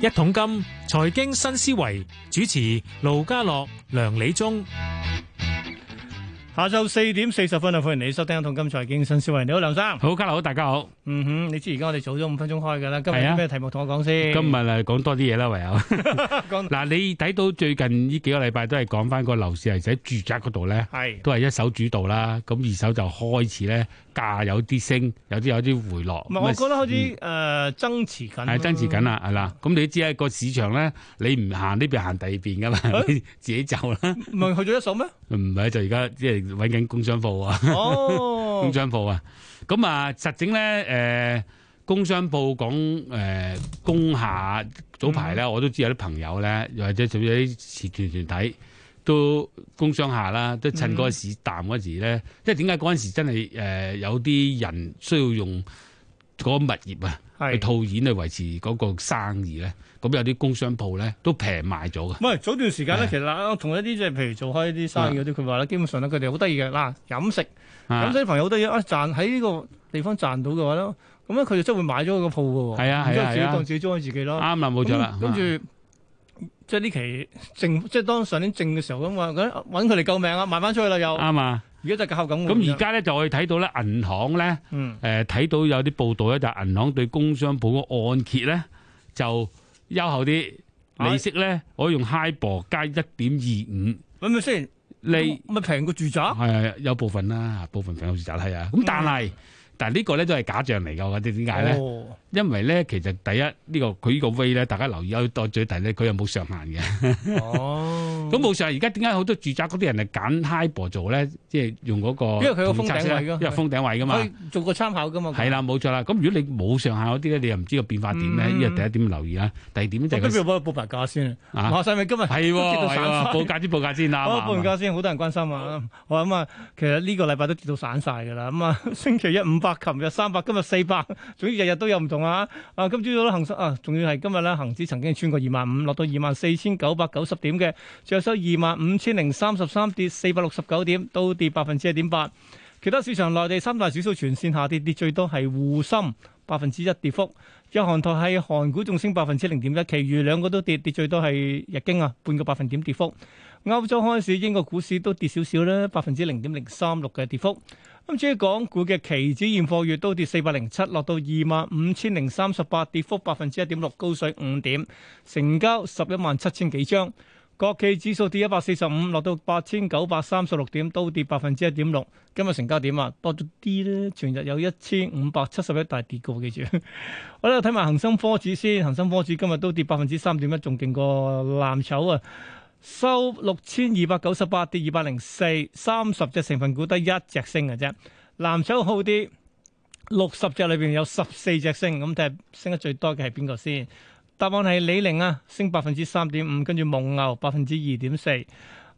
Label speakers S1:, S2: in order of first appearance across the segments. S1: 一桶金財經新思維主持盧家樂、梁理中。
S2: 下晝四點四十分啊，歡迎你收聽《一桶金財經新思維》。你好，梁生。
S3: 好，家樓好，大家好。
S2: 嗯哼，你知而家我哋早咗五分鐘開㗎啦。今日
S3: 係
S2: 啲
S3: 啊
S2: 咩題目同我講先？
S3: 今日啊，講多啲嘢啦，唯有
S2: 講
S3: 嗱，你睇到最近呢幾個禮拜都係講翻個樓市係喺住宅嗰度咧，
S2: 係
S3: 都係一手主導啦。咁二手就開始咧價有啲升，有啲有啲回落。
S2: 唔係？啊我覺得開
S3: 嗯
S2: 始誒增持緊。
S3: 係增持緊。啦，係啦。咁你知喺個市場咧，你唔行呢邊行第二邊噶 嘛，你自己走啦。
S2: 唔係去咗一 手咩？
S3: 唔係就而家即係揾緊工商鋪啊。
S2: 哦
S3: 工，商鋪啊，咁啊實整咧誒、呃工商鋪講誒、呃工廈早
S2: 嗯
S3: 排咧，我都知有啲朋友咧，又或者甚至有啲慈善團體都工商廈啦，都趁嗰個市淡嗰時咧，即係點解嗰陣時真係誒、呃有啲人需要用嗰個物業啊去
S2: 係。
S3: 套現去維持嗰個生意咧，咁有啲工商鋪咧都平賣咗嘅。
S2: 唔係早段時間咧，
S3: 係
S2: 其實啦，同一啲即係譬如做開啲生意嗰啲，佢話咧，基本上咧，佢哋好得意嘅
S3: 嗯
S2: 嗱，飲食
S3: 啊
S2: 飲食朋友好得意啊，賺喺呢個地方賺到嘅話咧，咁咧佢哋真係會買咗個鋪嘅喎。
S3: 係啊
S2: 然之後
S3: 係
S2: 自
S3: 啊
S2: 己
S3: 係啊
S2: 當自己裝自己咯。
S3: 啱啦，冇錯啦啊
S2: 咁。跟住即係呢期正，即係當上年正嘅時候咁話，咁揾佢哋救命啊，賣翻出去啦又。
S3: 啱啊，
S2: 而家就靠咁喎。
S3: 咁而家咧就我哋睇到咧銀行咧。
S2: 嗯
S3: 誒呃睇到有啲報道咧，就係銀行對工商鋪嘅按揭咧就優厚啲，
S2: 係
S3: 利息咧可以用 HIBOR 加一點二五
S2: 咁咪先，
S3: 厘，
S2: 咪平過住宅。
S3: 係有部分啦，部分朋友住宅係啊。咁但係，但係呢個咧都係假象嚟㗎，或者點解咧？
S2: 嗯 哦
S3: 因為咧，其實第一呢、個佢呢個 way 咧，大家留意有到最第咧，佢又冇上限嘅。
S2: 嗯哦，
S3: 咁冇上限，而家點解好多住宅嗰啲人係揀 HIBOR 做咧？即係用嗰個
S2: 因為佢有封頂
S3: 同拆息啦
S2: 位㗎
S3: 因為封頂位㗎嘛
S2: 可。以做個參考噶嘛。
S3: 係啦，冇錯啦。咁如果你冇上下嗰啲咧，你又唔知個變化點咧。
S2: 嗯
S3: 呢個第一點留意啦。第二點就
S2: 我不
S3: 係個
S2: 如幫佢報埋價先啊！
S3: 啊
S2: 話晒咪今日
S3: 係
S2: 跌
S3: 喎，
S2: 到
S3: 係
S2: 散哦
S3: 喎，
S2: 晒
S3: 報價先，報價先啦。
S2: 好，
S3: 啱
S2: 報完
S3: 啊
S2: 價先，好多人關心啊！我諗啊，其實呢個禮拜都跌到散晒㗎啦。咁啊， 星期一五百，琴日三百，今日四百，總之日日都有唔同啊！啊，今朝早咧恒生啊，仲要係今日咧恒指曾經穿過二萬五，落到二萬四千九百九十點嘅，最後收二萬五千零三十三，跌四百六十九點，都跌百分之一點八。其他市場內地三大指數全線下跌，跌最多係滬深百分之一跌幅。日韓台係韓股仲升百分之零點一，其餘兩個都跌，跌最多係日經啊，半個百分點跌幅。歐洲開市，英國股市都跌少少啦，百分之零點零三六嘅跌幅。咁至於港股嘅期指現貨月都跌四百零七，落到二萬五千零三十八，跌幅百分之一點六，高水五點，成交十一萬七千幾張。國企指數跌一百四十五，落到八千九百三十六點，都跌百分之一點六。今日成交點啊，多咗啲咧，全日有一千五百七十一大跌嘅喎，記住。 好啦，睇埋恒生科指先，恒生科指今日都跌百分之三點一，仲勁過藍籌啊！收六千二百九十八，跌二百零四，三十隻成分股得一隻升嘅啫。藍籌好啲，六十隻裏邊有十四隻升，咁睇下升得最多嘅係邊個先？答案係李寧啊，升百分之三點五，跟住蒙牛百分之二點四。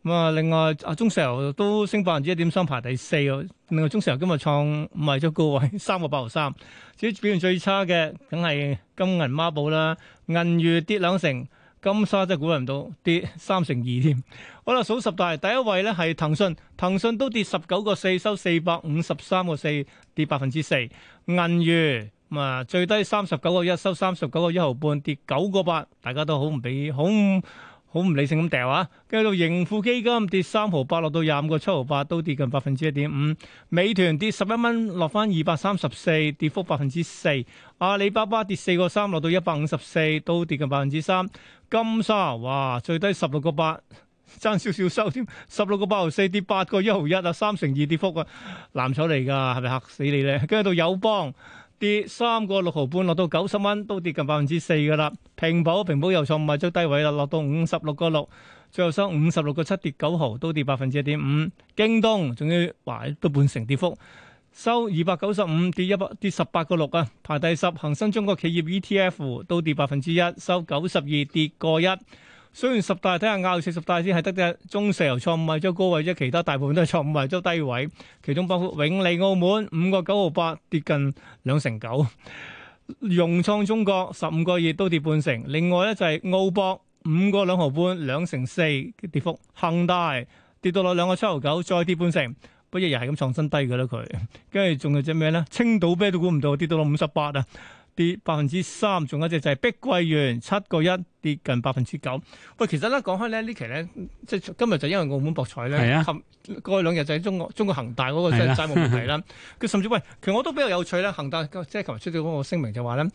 S2: 咁啊，另外啊，中石油都升百分之一點三，排第四喎。另外，中石油今日創唔係咗高位，三個八毫三。至於表現最差嘅，梗係金銀孖寶啦，銀娛跌兩成，金沙真係估唔到跌三成二添。好啦，數十大第一位咧係騰訊，騰訊都跌十九個四，收四百五十三個四，跌百分之四。銀娛咁啊，最低三十九個一，收三十九個一毫半，跌九個八，大家都好唔俾好唔好唔理性咁掉啊！跟住到盈富基金跌三毫八，落到廿五個七毫八，都跌近百分之一點五。美團跌十一蚊，落翻二百三十四，跌幅百分之四。阿里巴巴跌四個三，落到一百五十四，都跌近百分之三。金沙哇，最低十六個八。爭少少收添，十六個八毫四跌八個一毫一啊，三成二跌幅啊，藍籌嚟㗎，係咪嚇死你咧？跟住到友邦跌三個六毫半，落到九十蚊，都跌近百分之四㗎啦。平保平保又創唔係最低位啦，落到五十六個六，最後收五十六個七，跌九毫，都跌百分之一點五。京東仲要哇都半成跌幅。收二百九十五，跌一百跌十八個六啊，排第十。恒生中國企業 ETF 都跌百分之一，收九十二，跌過一。雖然十大睇下拗四十大先係得隻中石油創五賣咗高位啫，其他大部分都係創五賣咗低位，其中包括永利澳門五個九毫八跌近兩成九，融創中國十五個二都跌半成，另外咧就係澳博五個兩毫半兩成四嘅跌幅，恒大跌到落兩個七毫九，再跌半成。不過日日係咁創新低㗎啦佢，跟住仲有隻咩咧？青島啤都估唔到跌到落五十八啊！跌百分之三，仲有一隻就係碧桂園七個一跌近百分之九。喂，其實咧講開咧呢期咧，即係今日就因為澳門博彩
S3: 係
S2: 咧，
S3: 啊
S2: 琴過去兩日就係中國中國恒大嗰個即
S3: 係
S2: 係
S3: 啦
S2: 債務問題啦。 佢甚至喂，其實我都比較有趣咧，恒大即係琴日出咗嗰個聲明就話咧。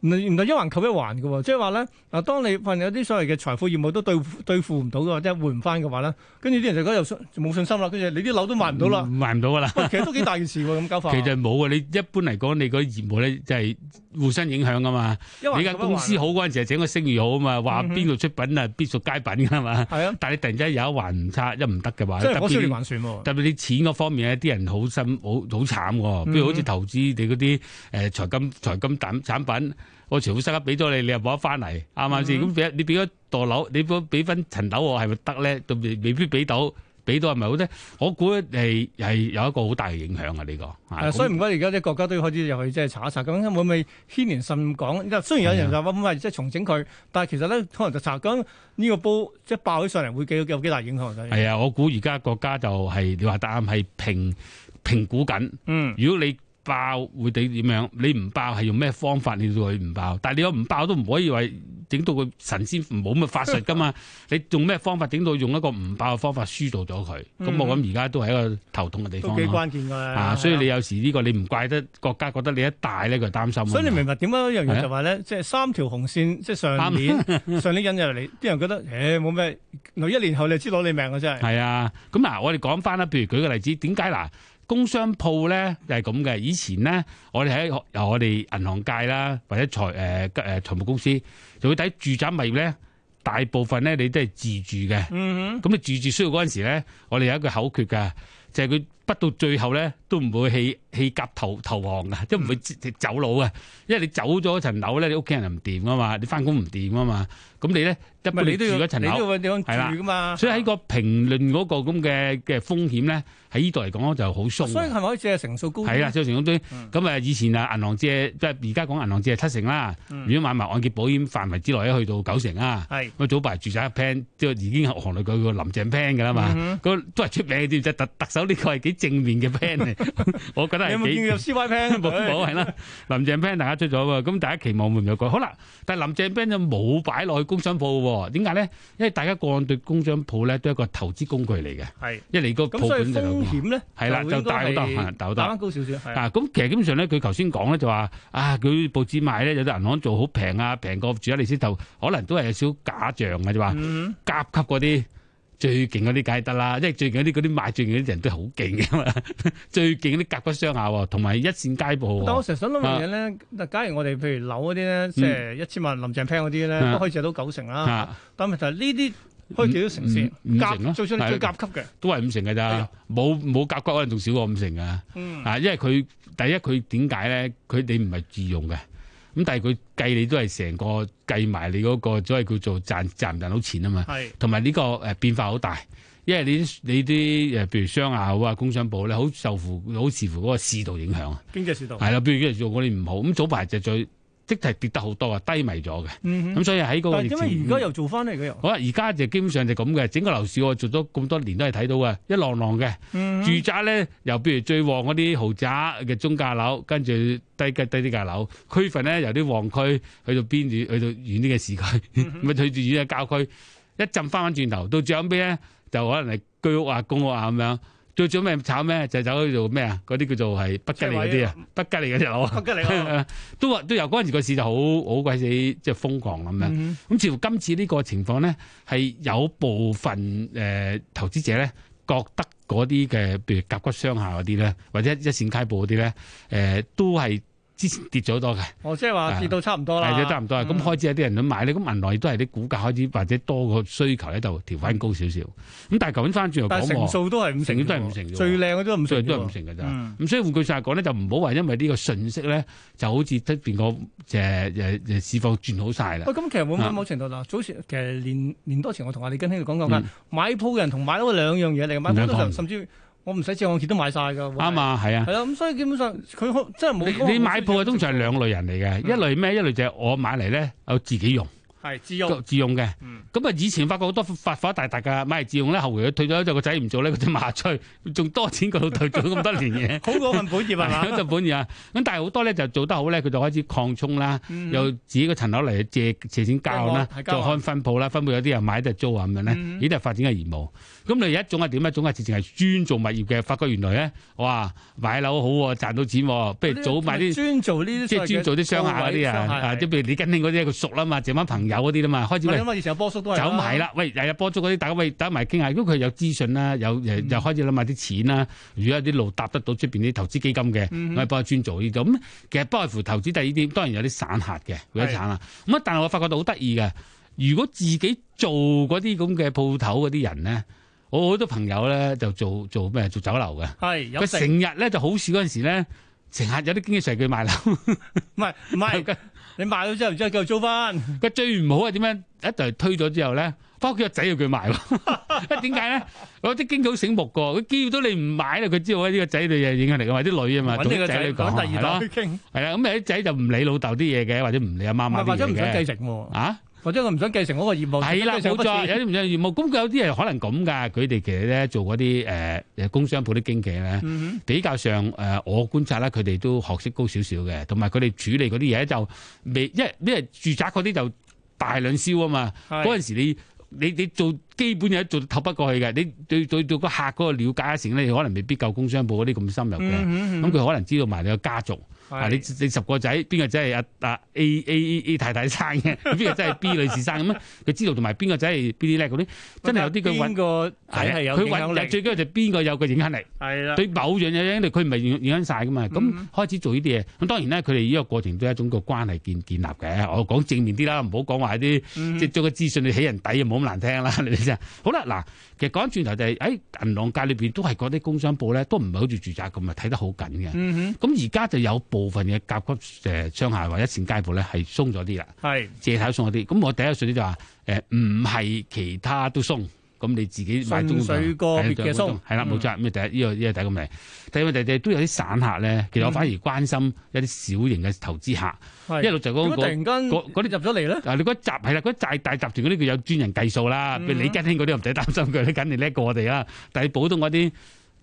S2: 原來一環扣一環嘅喎，即係話咧，嗱，當你發現有啲所謂嘅財富業務都對付對付唔到嘅話，即係換唔翻嘅話咧，跟住啲人就覺得有信就冇信心啦，跟住你啲樓都賣唔到啦，哦
S3: 賣嗯唔到噶啦。
S2: 喂，其實都幾大件事喎，咁搞法。
S3: 其實冇啊，你一般嚟講，你嗰啲業務咧就係互相影響噶嘛。
S2: 因為
S3: 你間公司好嗰陣時係整個聲譽好啊嘛，話
S2: 嗯哼
S3: 邊度出品啊，必屬佳品噶嘛。
S2: 係啊，
S3: 但係你突然之間有一環唔差，一唔得嘅話，
S2: 即
S3: 特
S2: 係火燒連
S3: 別
S2: 環船喎。
S3: 特別你錢嗰方面咧，啲人好心好好慘喎。譬如好似
S2: 嗯
S3: 投資你嗰啲誒財金財金產產品，我全部塞俾咗你，你又冇得翻嚟，啱唔啱先？
S2: 嗯
S3: 咁俾你俾咗墮樓，你俾俾翻層樓我係咪得咧？都未未必俾到，俾到係咪好咧？我估係係有一個好大嘅影響啊！呢個啊
S2: 係，呃所以唔該，而家啲國家都要開始入去即係查一查，究竟會唔會牽連甚廣？因為雖然有人就話唔係即係重整佢，但係其實咧可能就查緊呢個煲即係爆起上嚟會幾有幾大影響就係。
S3: 係啊，我估而家國家就係、你話答啱係評評估緊。
S2: 嗯，
S3: 如果你爆會點點樣？你唔爆係用咩方法令到佢唔爆？但係你有唔爆都唔可以話整到佢神仙冇咁嘅法術噶 嘛？你用咩方法整到用一個唔爆嘅方法疏導咗佢？咁、
S2: 嗯
S3: 我諗而家都係一個頭痛嘅地
S2: 都
S3: 方
S2: 幾
S3: 咯
S2: 關鍵㗎
S3: 啊，所以你有時呢個你唔怪得國家覺得你一大咧，佢就擔心啊嘛。
S2: 所以你明白點解一樣
S3: 係啊
S2: 嘢就話咧，即係三條紅線，即係上 年上年引入嚟，啲人覺得誒冇咩，原來一年後你就知攞你命嘅真係。
S3: 係啊，咁嗱，我哋講翻啦，譬如舉個例子，點解嗱？工商鋪咧就係咁嘅，以前咧我哋喺由我哋銀行界啦，或者財誒誒呃財務公司，就會睇住宅物業咧，大部分咧你都係自住嘅。
S2: 嗯
S3: 咁你住住需要嗰陣時咧，我哋有一個口訣㗎，就係佢不到最後咧都唔會棄棄甲投投降㗎，即係唔會
S2: 嗯
S3: 走佬啊！因為你走咗層樓咧，你屋企人唔掂啊嘛，你翻工唔掂啊嘛，咁你咧一
S2: 哼，唔係
S3: 般你
S2: 你
S3: 住
S2: 都要
S3: 嗰層
S2: 你
S3: 樓
S2: 都。要揾地方
S3: 係啦
S2: 住㗎嘛。
S3: 所以喺個評論嗰個咁嘅嘅風險咧，喺呢度嚟講就好鬆
S2: 所以
S3: 嘅。
S2: 係咪可以借成數高啲？
S3: 係啦，周成咁堆
S2: 嗯
S3: 咁啊！以前啊，銀行借即係而家講銀行借係七成啦，
S2: 嗯
S3: 如果買埋按揭保險範圍之內咧，去到九成啦。
S2: 係
S3: 咁啊早排住宅 plan 即係已經行內佢個林鄭 plan 㗎啦嘛，
S2: 嗯
S3: 嗰都係出名嘅添，就特特首呢個係幾正面嘅 plan 嚟，我覺得
S2: 哼你有
S3: 係
S2: 冇見
S3: 幾
S2: 過有 C Y
S3: 冇
S2: plan？
S3: 冇係啦。林鄭 plan 大家出咗喎，咁大家期望會唔會有改？好啦，但係林鄭 plan 就冇擺落去工商鋪喎，點解咧？因為大家個案對工商鋪咧都係一個投資工具嚟嘅。
S2: 係。
S3: 因為你個
S2: 咁
S3: 鋪
S2: 所以
S3: 本就
S2: 風
S3: 有個
S2: 險咧
S3: 係啦，就大好多，係大好
S2: 打
S3: 多。
S2: 翻高少少。係啊
S3: 啊，咁其實基本上咧，佢頭先講咧就話啊，佢報紙賣咧有啲銀行做好平啊，平過住喺利息頭，可能都係有少少假象嘅，就話
S2: 嗯
S3: 甲級嗰啲最勁嗰啲梗係得啦，因為最勁嗰啲嗰啲賣最勁嗰啲人都係好勁嘅嘛， 最勁嗰啲甲級商廈喎，同埋一線街鋪
S2: 但我
S3: 喎，
S2: 成日想諗樣嘢
S3: 啊
S2: 咧，嗱，假如我哋譬如樓嗰啲咧，即係一千萬林鄭 plan 嗰啲咧，
S3: 嗯啊
S2: 都可以借到九成啦。
S3: 啊，
S2: 但問題係呢啲可以幾多成先
S3: 五五？
S2: 甲
S3: 成咯
S2: 最最
S3: 係
S2: 最甲級嘅，
S3: 都係五成嘅
S2: 哎
S3: 咋
S2: 呀，
S3: 冇冇甲級可能仲少過五成㗎。
S2: 嗯，
S3: 啊，因為佢第一佢點解咧？佢你唔係自用嘅，咁但係佢計你都係成個計埋你嗰、個，所謂叫做賺賺唔賺到錢啊嘛。
S2: 係
S3: 同埋呢個誒變化好大，因為你啲你啲誒譬如商廈好啊、工商鋪咧，好受乎好視乎嗰個市道影響啊。
S2: 經濟市道。
S3: 係啦，譬如做嗰啲唔好，咁早排就最即係跌得好多啊，低迷咗嘅。
S2: 嗯哼，
S3: 咁所以喺嗰個
S2: 但係
S3: 疫
S2: 點
S3: 情
S2: 解而家又做翻嚟嘅又？
S3: 好啦，啊而家就基本上就咁嘅，整個樓市我做咗咁多年都係睇到嘅，一浪浪嘅。
S2: 嗯
S3: 住宅咧，由譬如最旺嗰啲豪宅嘅中價樓，跟住低嘅低啲價樓，區份咧由啲旺區去到邊遠，去到遠啲嘅市區， 咪去住遠嘅郊區，一浸翻翻轉頭，到最後尾咧就可能係居屋啊、公屋啊咁樣。最最尾炒咩？就走去做咩啊？嗰啲叫做係北吉利嗰啲啊，北吉利嗰啲樓 啊，
S2: 北吉利嗰
S3: 都話都由嗰陣時個市就好好鬼死即係瘋狂咁樣。
S2: 嗯
S3: 咁似乎今次呢個情況咧，係有部分誒、呃投資者咧覺得嗰啲嘅，譬如甲骨商廈嗰啲咧，或者一線街鋪嗰啲咧，誒、都係之前跌咗好多嘅，
S2: 我哦即係話跌到差唔多啦，
S3: 啊係都差唔多啊。咁、
S2: 嗯
S3: 開始有啲人都買咧，咁銀行亦都係啲股價開始或者多個需求咧，就調翻高少少。咁但係頭先翻轉又
S2: 但係
S3: 講
S2: 成
S3: 喎，
S2: 數都係五成
S3: 成
S2: 啫
S3: 數
S2: 喎，
S3: 都係五成啫喎
S2: 最靚嘅都係五
S3: 所以
S2: 成，
S3: 都係五。成嘅咋。
S2: 嗯，
S3: 咁所以換句曬講咧，就唔好話因為呢個信息咧，就好似出邊個誒誒誒市況轉好晒啦
S2: 喂，。哦咁其實會唔會
S3: 啊
S2: 某程度嗱，早前其實年年多前我同阿李根兄講過㗎
S3: 嗯，
S2: 買鋪嘅人同買樓係兩樣嘢嚟嘅，買鋪
S3: 兩
S2: 嗰
S3: 樣
S2: 時候甚至我唔使借按揭都買晒㗎，會係
S3: 啱啊，係啊。
S2: 係啦，咁所以基本上佢可真係冇
S3: 你你買鋪嘅通常係兩類人嚟
S2: 嗯
S3: 嘅，一類咩？一類就係我買嚟咧，我自己用，
S2: 係自用，
S3: 自用嘅
S2: 嗯。
S3: 咁啊，以前發覺好多發發大達㗎，買嚟自用咧，後來佢退咗就個仔唔做咧，佢隻麻醉 仲多錢過老豆做咁多 年 嘢。
S2: 好過份本業係嘛？
S3: 就本意啊，咁但係好多咧就做得好咧，佢就開始擴充啦，
S2: 嗯
S3: 又自己個層樓嚟借借錢交啦
S2: 即係按係，交啊
S3: 就開分鋪啦，分鋪有啲人買得租啊咁樣咧，
S2: 嗯
S3: 呢啲係發展嘅業務。咁你有一種係點？一啊種係直情係專做物業嘅，發覺原來咧，哇買樓好喎，賺到錢喎，不如早買啲。
S2: 專做呢啲
S3: 即係專做啲商
S2: 所謂
S3: 廈嗰
S2: 嘅
S3: 啲啊，
S2: 商廈
S3: 啊
S2: 係
S3: 即係譬如李根興嗰啲，佢熟啦嘛，剩翻朋友嗰啲啦嘛，開始喂
S2: 因為以前有波叔都係啦啊
S3: 走埋，啦，喂日日波足嗰啲，大家喂打埋傾下，因為佢有資訊啦，有又
S2: 嗯
S3: 又開始諗下啲錢啦，如果有啲路搭得到出邊啲投資基金嘅，
S2: 嗯
S3: 我係幫佢專做呢啲。咁其實不外乎投資第二啲，當然有啲散客嘅，有啲散客。咁啊，但係我發覺到好得意嘅，如果自己做嗰啲咁嘅鋪頭嗰啲人咧，我好多朋友咧就做做咩做酒樓嘅，
S2: 係有
S3: 佢
S2: 成
S3: 成日咧就好少嗰陣時咧，成日有啲經紀上佢賣樓。
S2: 唔係唔 係，你賣咗之後，然之後繼續租翻，
S3: 佢最唔好係點樣？一就係推咗之後咧，翻屋企個仔要佢買 喎。點解咧？我啲經紀好醒目個，佢叫到你唔買咧，佢知道呢個仔女有影響力嘅，或者啲女啊嘛，
S2: 揾
S3: 同
S2: 你
S3: 啲
S2: 個
S3: 仔
S2: 仔
S3: 女
S2: 講
S3: 講
S2: 第
S3: 係
S2: 二
S3: 咯
S2: 代，去傾，
S3: 係啦。咁有啲仔就唔理老豆啲嘢嘅，或者唔理阿媽
S2: 唔
S3: 媽
S2: 係
S3: 啲
S2: 或者
S3: 嘢
S2: 唔想
S3: 嘅
S2: 繼。承喎，
S3: 啊，
S2: 或者佢唔想繼承嗰個業務，
S3: 係啦，
S2: 想繼
S3: 冇
S2: 承嗰筆
S3: 錯，有
S2: 錢
S3: 啲唔想業務。咁有啲人可能咁㗎，佢哋其實咧做嗰啲誒誒工商鋪啲經紀咧。
S2: 嗯
S3: 比較上誒、呃我觀察啦，佢哋都學識高少少嘅，同埋佢哋處理嗰啲嘢就未，因為因為住宅嗰啲就大量燒啊嘛。
S2: 哼，
S3: 嗰
S2: 嗰
S3: 陣時你你你做基本嘢做到透不過去嘅，你對對對個客嗰個了解一成咧，你可能未必夠工商部嗰啲咁深
S2: 嗯
S3: 入嘅。咁佢、
S2: 咁
S3: 可能知道埋你個家族，啊你你十個仔邊個仔係阿阿 A A A 太太生 嘅，邊個仔係 B 女士生咁啊？佢知道同埋邊個仔係邊啲叻嗰啲，真係有啲佢
S2: 邊
S3: 揾
S2: 個仔係有
S3: 佢
S2: 影響
S3: 揾
S2: 力，
S3: 最緊要就邊個有個影響力。
S2: 係啦，
S3: 對某樣嘢影響力，佢唔係影影響晒噶嘛。咁
S2: 嗯
S3: 開始做呢啲嘢，咁當然咧，佢哋呢個過程都係一種個關係建建立嘅。我講正面啲啦，唔好講話啲
S2: 嗯
S3: 即係將個資訊你起人底，唔好咁難聽啦。 你知啊好啦，嗱，其實講轉頭就係喺銀行界裏邊都係嗰啲工商部咧，都唔係好似住宅咁啊，睇得好緊嘅。
S2: 嗯
S3: 咁而家就有部分嘅甲級誒商廈或者一線街鋪咧係鬆咗啲啦，
S2: 哼，係
S3: 借貸鬆咗啲。咁我第一個信息就話誒唔係其他都鬆，咁你自己買中
S2: 純粹個別嘅鬆嗯
S3: 係啦，冇錯。咁啊，第一呢個呢個第一個問題，第二個問題就係都有啲散客咧，其實我反而關心一啲小型嘅投資客，
S2: 嗯係
S3: 一。路就
S2: 點
S3: 講
S2: 解突
S3: 個。
S2: 然間
S3: 嗰嗰啲
S2: 啲入咗嚟咧？
S3: 啊！你嗰集係啦，嗰啲大大集團嗰啲佢有專人計數啦，譬如
S2: 嗯
S3: 李根興嗰啲唔使擔心佢，你肯定叻過我哋啦。但係普通嗰啲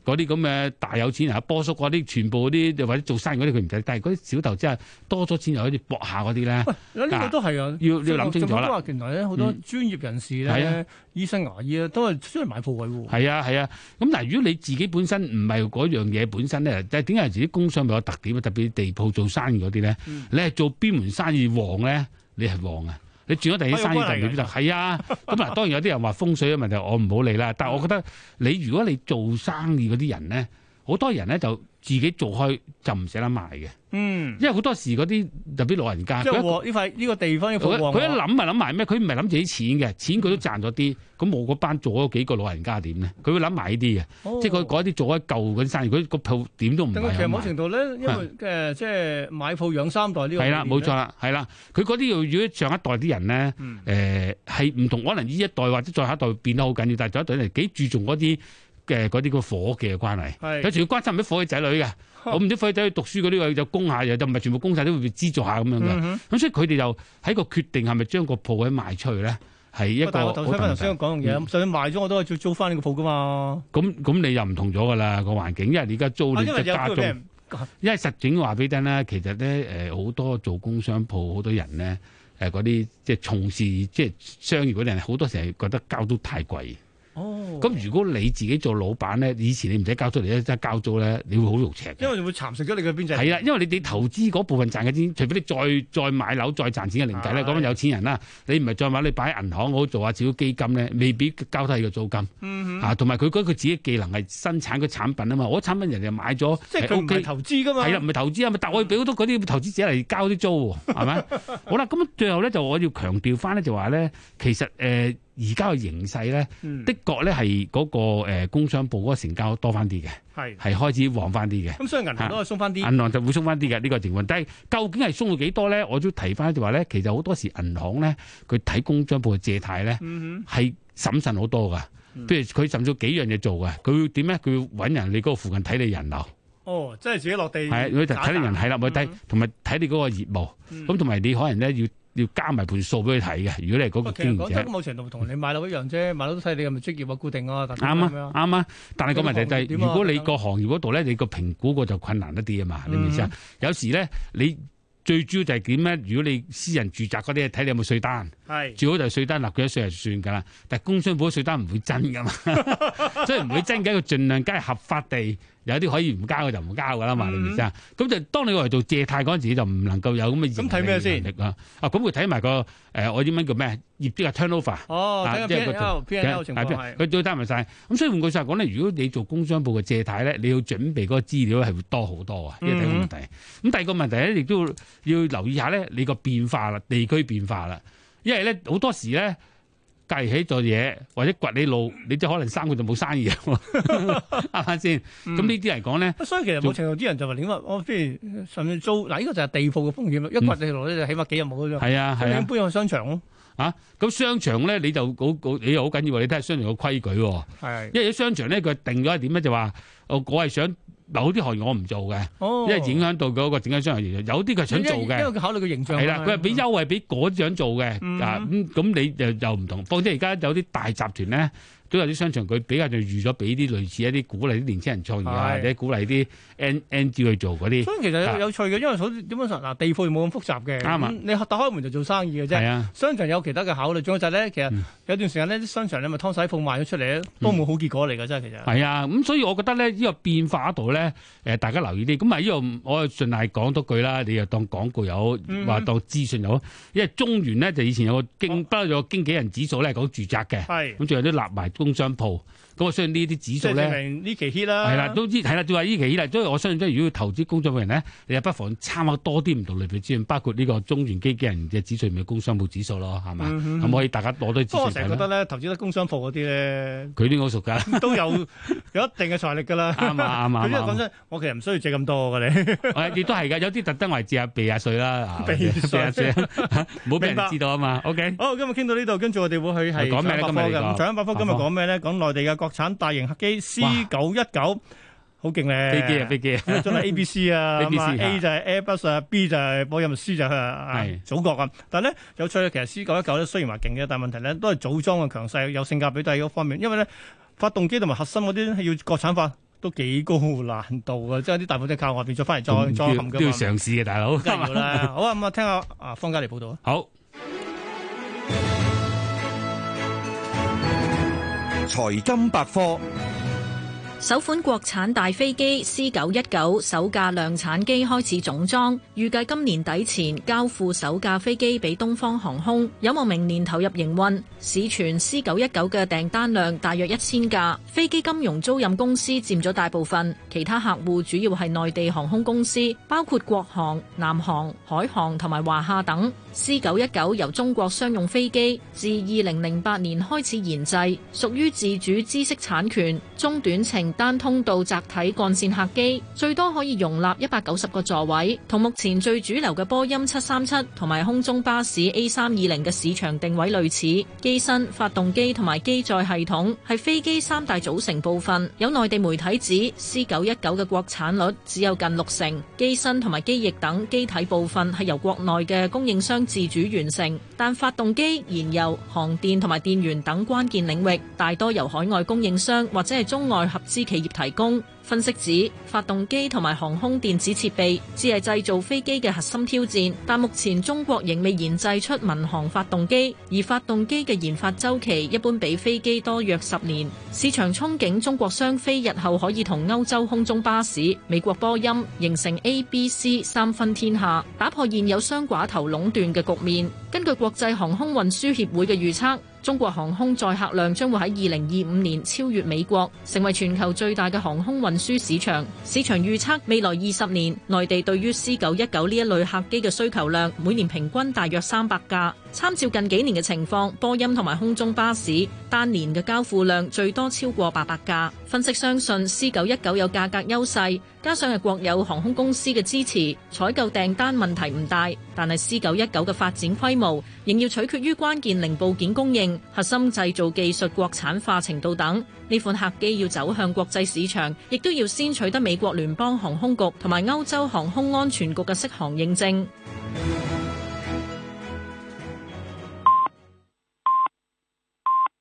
S3: 嗰啲咁嘅大有錢人啊，波叔嗰啲，全部嗰啲又或者做生意嗰啲佢唔使，但係嗰啲小投資係多咗錢又可以搏下嗰啲咧，
S2: 嗱呢個都係啊，
S3: 要要諗清楚
S2: 政府都
S3: 啦。
S2: 話原來咧好多
S3: 嗯
S2: 專業人士
S3: 係
S2: 咧，醫生、牙醫啊，都係出嚟買鋪位喎。
S3: 係啊係啊，咁嗱，如果你自己本身唔係嗰樣嘢本身咧，但係點解自己工商咪有特點啊？特別地鋪做生意嗰啲咧，
S2: 嗯
S3: 你係做邊門生意旺咧，你係旺啊！你轉咗第二啲生意就未必得。係啊，咁嗱，當然有啲人話風水嘅問題，我唔好理啦。但係我覺得你如果你做生意嗰啲人咧，好多人咧就自己做開就唔捨得賣嘅，
S2: 嗯，
S3: 因為好多時嗰啲特別老人家，
S2: 即係
S3: 啊佢一
S2: 喎呢塊呢個地方要啊
S3: 佢
S2: 鋪
S3: 一
S2: 旺
S3: 佢一
S2: 喎。
S3: 諗啊咪諗埋咩？佢唔係諗自己錢嘅，錢佢都賺咗啲。咁我嗰班做咗幾個老人家點咧？佢會諗埋呢啲嘅。
S2: 哦
S3: 即係佢嗰啲做一舊嗰啲生意，佢個鋪點都唔
S2: 但佢
S3: 係啊
S2: 其實
S3: 咁
S2: 某
S3: 賣。
S2: 程度咧，因為誒即係買鋪養三代呢個
S3: 係啦，冇錯。啦，係啦，佢嗰啲要如果上一代啲人咧，
S2: 嗯，
S3: 誒係唔同，可能呢一代或者再下一代變得好緊要，但係再一代人幾注重嗰啲嘅嗰啲個夥計嘅關係。有
S2: 係哦
S3: 時要關心啲夥計仔女嘅，我唔知夥計仔女讀書嗰啲有有供下，又就唔係全部供晒，都會被資助下咁樣嘅。咁、
S2: 嗯
S3: 所以佢哋就喺個決定係咪將個鋪位賣出去咧，係一
S2: 哼。哦但係
S3: 個
S2: 我
S3: 好嗯
S2: 頭先翻頭
S3: 大
S2: 先講樣嘢，就算賣咗我都係要租翻呢個鋪噶嘛。
S3: 咁咁你又唔同咗噶啦個環境，因為你而家租
S2: 啊
S3: 你
S2: 因
S3: 就
S2: 為有
S3: 加
S2: 機會
S3: 租
S2: 俾。人
S3: 因為實整話俾你聽啦，其實咧誒好多做工商鋪好多人咧誒嗰啲即係從事即係商業嗰啲人，好多時係覺得交租太貴。
S2: 哦，
S3: 咁、如果你自己做老闆咧，以前你唔使交租嚟，一真係交租咧，你會好肉赤
S2: 因
S3: 嘅。
S2: 為會蠶食咗你嘅邊際。
S3: 係啦，因為你你投資嗰部分賺嘅錢，除非你再再買樓再賺錢嘅另計咧，
S2: 係
S3: 講緊有錢人啦，你唔係再買，你擺喺銀行好做下少少基金咧，未必交低個租金
S2: 嗯哼，
S3: 啊。同埋佢覺得佢自己技能係生產個產品啊嘛，我產品人哋買咗，
S2: 即係
S3: 係
S2: 佢唔
S3: OK
S2: 係投資噶嘛。
S3: 係啦，唔係投資啊嘛，但我要俾好多嗰啲投資者嚟交啲 租喎，係咪？好啦，咁最後咧就我要強調翻咧，就話咧，其實誒呃而家嘅形勢咧，
S2: 嗯，
S3: 的確咧係嗰個誒工商部嗰個成交多翻啲嘅，
S2: 係。
S3: 係開始旺翻啲嘅。
S2: 咁所以銀行都係鬆翻啲。
S3: 銀行就會鬆翻啲嘅呢個情況，但係究竟係鬆到幾多咧？我都提翻就話咧，其實好多時銀行咧，佢睇工商部嘅借貸咧。
S2: 嗯
S3: 係審慎好多噶。
S2: 嗯
S3: 譬如佢甚至幾樣嘢做嘅，佢會點咧？佢會揾人你嗰個附近睇你人流，
S2: 哼，哦，
S3: 啊
S2: 即係自己落地。
S3: 係佢就睇你人係啦，咪睇同埋睇你嗰個業務。
S2: 嗯
S3: 咁同埋你可能咧要要加埋盤數俾佢睇嘅。如果你係嗰個
S2: 其實
S3: 經
S2: 講
S3: 營
S2: 真，
S3: 者，
S2: 某程度同你買樓一樣啫，買樓都睇你係咪職業啊、固定啊、特定
S3: 啱
S2: 咁樣
S3: 啊。啱啊。但係個問題就係、
S2: 你個行業點啊
S3: 如果你個行業嗰度咧，你個評估個就困難一啲啊嘛，你明唔明
S2: 嗯
S3: 先啊？有時咧，你最主要就係點咧？如果你私人住宅嗰啲，睇你有冇税單。
S2: 係
S3: 最好就係税單立幾多税就算㗎啦。但係工商保稅單唔會真 㗎嘛，所以唔會真嘅，佢盡量梗係合法地有啲可以唔交嘅就唔交㗎啦嘛，
S2: 嗯
S3: 你明唔明先啊？咁就當你嚟做借貸嗰陣時，就唔能夠有咁嘅
S2: 咁睇咩先
S3: 盈利能力啊？啊，咁佢睇埋個誒我英文叫咩？業績嘅啊 turnover。
S2: 哦，睇
S3: 啊
S2: 下
S3: 即係
S2: P
S3: 個
S2: N L P N L 情況
S3: 係
S2: 係
S3: 佢都得埋晒。咁所以換句話講咧，如果你做工商部嘅借貸咧，你要準備嗰個資料係會多好多啊，呢個第一個問題。咁、第二個問題咧，亦都要要留意下咧，你個變化啦，地區變化啦。因為咧好多時咧，計起咗嘢或者掘你路，你即係可能三個月就冇生意喎， 啱唔啱先？咁呢啲嚟講咧，
S2: 啊所以其實某程度啲人就話點啊，我不如甚至租嗱，呢個就係地鋪嘅風險啦。一掘地落咧，就起碼幾日冇咗啫。
S3: 係啊
S2: 咁
S3: 係
S2: 你
S3: 啊。
S2: 搬去商場咯，
S3: 咁商場咧，你就好好，你又好緊要喎。你睇下商場嘅規矩喎，
S2: 係
S3: 因為啲商場咧佢定咗一點咧，就話我我係想某啲行業我唔做嘅。
S2: 哦
S3: 因為影響到嗰個整體商業形象，有啲佢係想做
S2: 因為因為
S3: 嘅，
S2: 佢考慮個形象啊嘛。
S3: 係啦，佢係俾優惠俾嗰啲想做嘅
S2: 嗯
S3: 啊，咁咁你就又唔同。況且而家有啲大集團咧，都有啲商場佢比較就預咗俾啲類似一啲鼓勵啲年輕人創業啊，
S2: 係
S3: 或者鼓勵啲 N N G 去做嗰 啲，
S2: 所以其實
S3: 啊
S2: 有趣嘅，因為好似點樣嗱，地鋪冇咁複雜嘅，
S3: 啱啊
S2: 咁你打開門就做生意嘅啫。
S3: 係啊，
S2: 商場有其他嘅考慮，仲有就係咧，其實
S3: 嗯
S2: 有段時間呢啲商場你咪湯洗鋪賣咗出嚟咧，都冇好結果嚟嘅真係其實。
S3: 係嗯啊，咁所以我覺得咧，呢個變化嗰度咧，誒大家留意啲。咁啊，呢個我盡量講多句啦，你又當廣告又好
S2: 嗯，哦
S3: 話當資訊又好，因為中原咧就以前有個經不嬲有個經紀人指數咧係講住宅嘅。
S2: 係，
S3: 咁最後都立埋工商鋪，咁我相信呢啲指
S2: 即
S3: 數
S2: 係證
S3: 咧。
S2: 明呢期 hit 啦。
S3: 係啦，都知係啦，就話呢期以嚟，所以我相信，即係如果要投資工商鋪人咧，你又不妨參考多啲唔同類別資源，包括呢個中原基金人嘅指數，咪工商鋪指數咯，係嘛？
S2: 嗯哼
S3: 咁、可以大家攞多啲
S2: 不過我
S3: 資
S2: 成
S3: 訊
S2: 日
S3: 睇
S2: 覺得
S3: 啦。
S2: 咧，投資得工商鋪嗰啲咧，
S3: 佢呢個好 熟㗎，
S2: 都 有有一定嘅財力㗎啦。
S3: 啱啊啱啊
S2: 佢因為
S3: 啱
S2: 講
S3: 啊
S2: 真，我其實唔需要借咁多㗎你。
S3: 誒，亦都係㗎，有啲特登為借下避下 税啦，啊
S2: 避
S3: 避下
S2: 稅
S3: 税， 唔好俾
S2: 明白
S3: 人知道啊嘛。OK，
S2: 好，今日傾到呢度，跟住我哋會去係
S3: 講咩咧
S2: 財經百科
S3: 今
S2: 嘅。咁財經百科
S3: 日呢個
S2: 今日
S3: 百科
S2: 講咩咧？講內地嘅國產大型客機 C 九一九，好勁
S3: 飛
S2: 咧！
S3: 機啊飛機啊，
S2: 真係 A、B、C 啊
S3: A B
S2: 咁
S3: C，
S2: 啊
S3: 嚇
S2: ，A 就係 Airbus 啊，B 就係波音，C 就係啊
S3: 係
S2: 祖國啊。但係咧有趣嘅，其實 C 九一九咧雖然話勁嘅，但係問題咧都係組裝嘅強勢，有性價比低嗰方面，因為咧發動機同埋核心嗰啲要國產化都幾高難度啊，即係啲大部分都係靠外邊再翻嚟再
S3: 都
S2: 再
S3: 要
S2: 冚
S3: 都
S2: 㗎
S3: 要
S2: 嘛，
S3: 嘗試嘅大佬。
S2: 啊梗係要啦。好啊，咁啊，聽下啊方家嚟報道啊。
S3: 好。
S4: 財金百科。
S5: 首款國產大飛機 C 九一九首架量產機開始總裝，預計今年底前交付首架飛機俾東方航空，有望明年投入營運。市傳 C 九一九嘅訂單量大約一千架，飛機金融租賃公司佔咗大部分，其他客戶主要係內地航空公司，包括國航、南航、海航同埋華夏等。C 九一九由中國商用飛機自二零零八年開始研製，屬於自主知識產權中短程單通道窄體幹線客機，最多可以容納一百九十個座位，同目前最主流嘅波音七三七同埋空中巴士 A 三二零嘅市場定位類似。機身、發動機同埋機載系統係飛機三大組成部分。有內地媒體指 C 九一九嘅國產率只有近六成，機身同埋機翼等機體部分係由國內嘅供應商自主完成，但發動機、燃油、航電同埋電源等關鍵領域大多由海外供應商或者係中外合資企業提供。分析指，發動機同埋航空電子設備只係製造飛機嘅核心挑戰，但目前中國仍未研製出民航發動機，而發動機嘅研發周期一般比飛機多約十年。市場憧憬中國商飛日後可以同歐洲空中巴士、美國波音形成 A、B、C 三分天下，打破現有雙寡頭壟斷嘅局面。根據國際航空運輸協會嘅預測，中國航空載客量將會喺二零二五年超越美國，成為全球最大嘅航空運輸市場。市場預測未來二十年，內地對於 C 九一九呢一類客機嘅需求量每年平均大約三百架。參照近幾年嘅情況，波音同埋空中巴士單年嘅交付量最多超過八百架。分析相信 C 九一九有價格優勢，加上係國有航空公司嘅支持，採購訂單問題唔大。但係 C 九一九嘅發展規模仍要取決於關鍵零部件供應、核心製造技術國產化程度等。呢款客機要走向國際市場，亦都要先取得美國聯邦航空局同埋歐洲航空安全局嘅適航認證。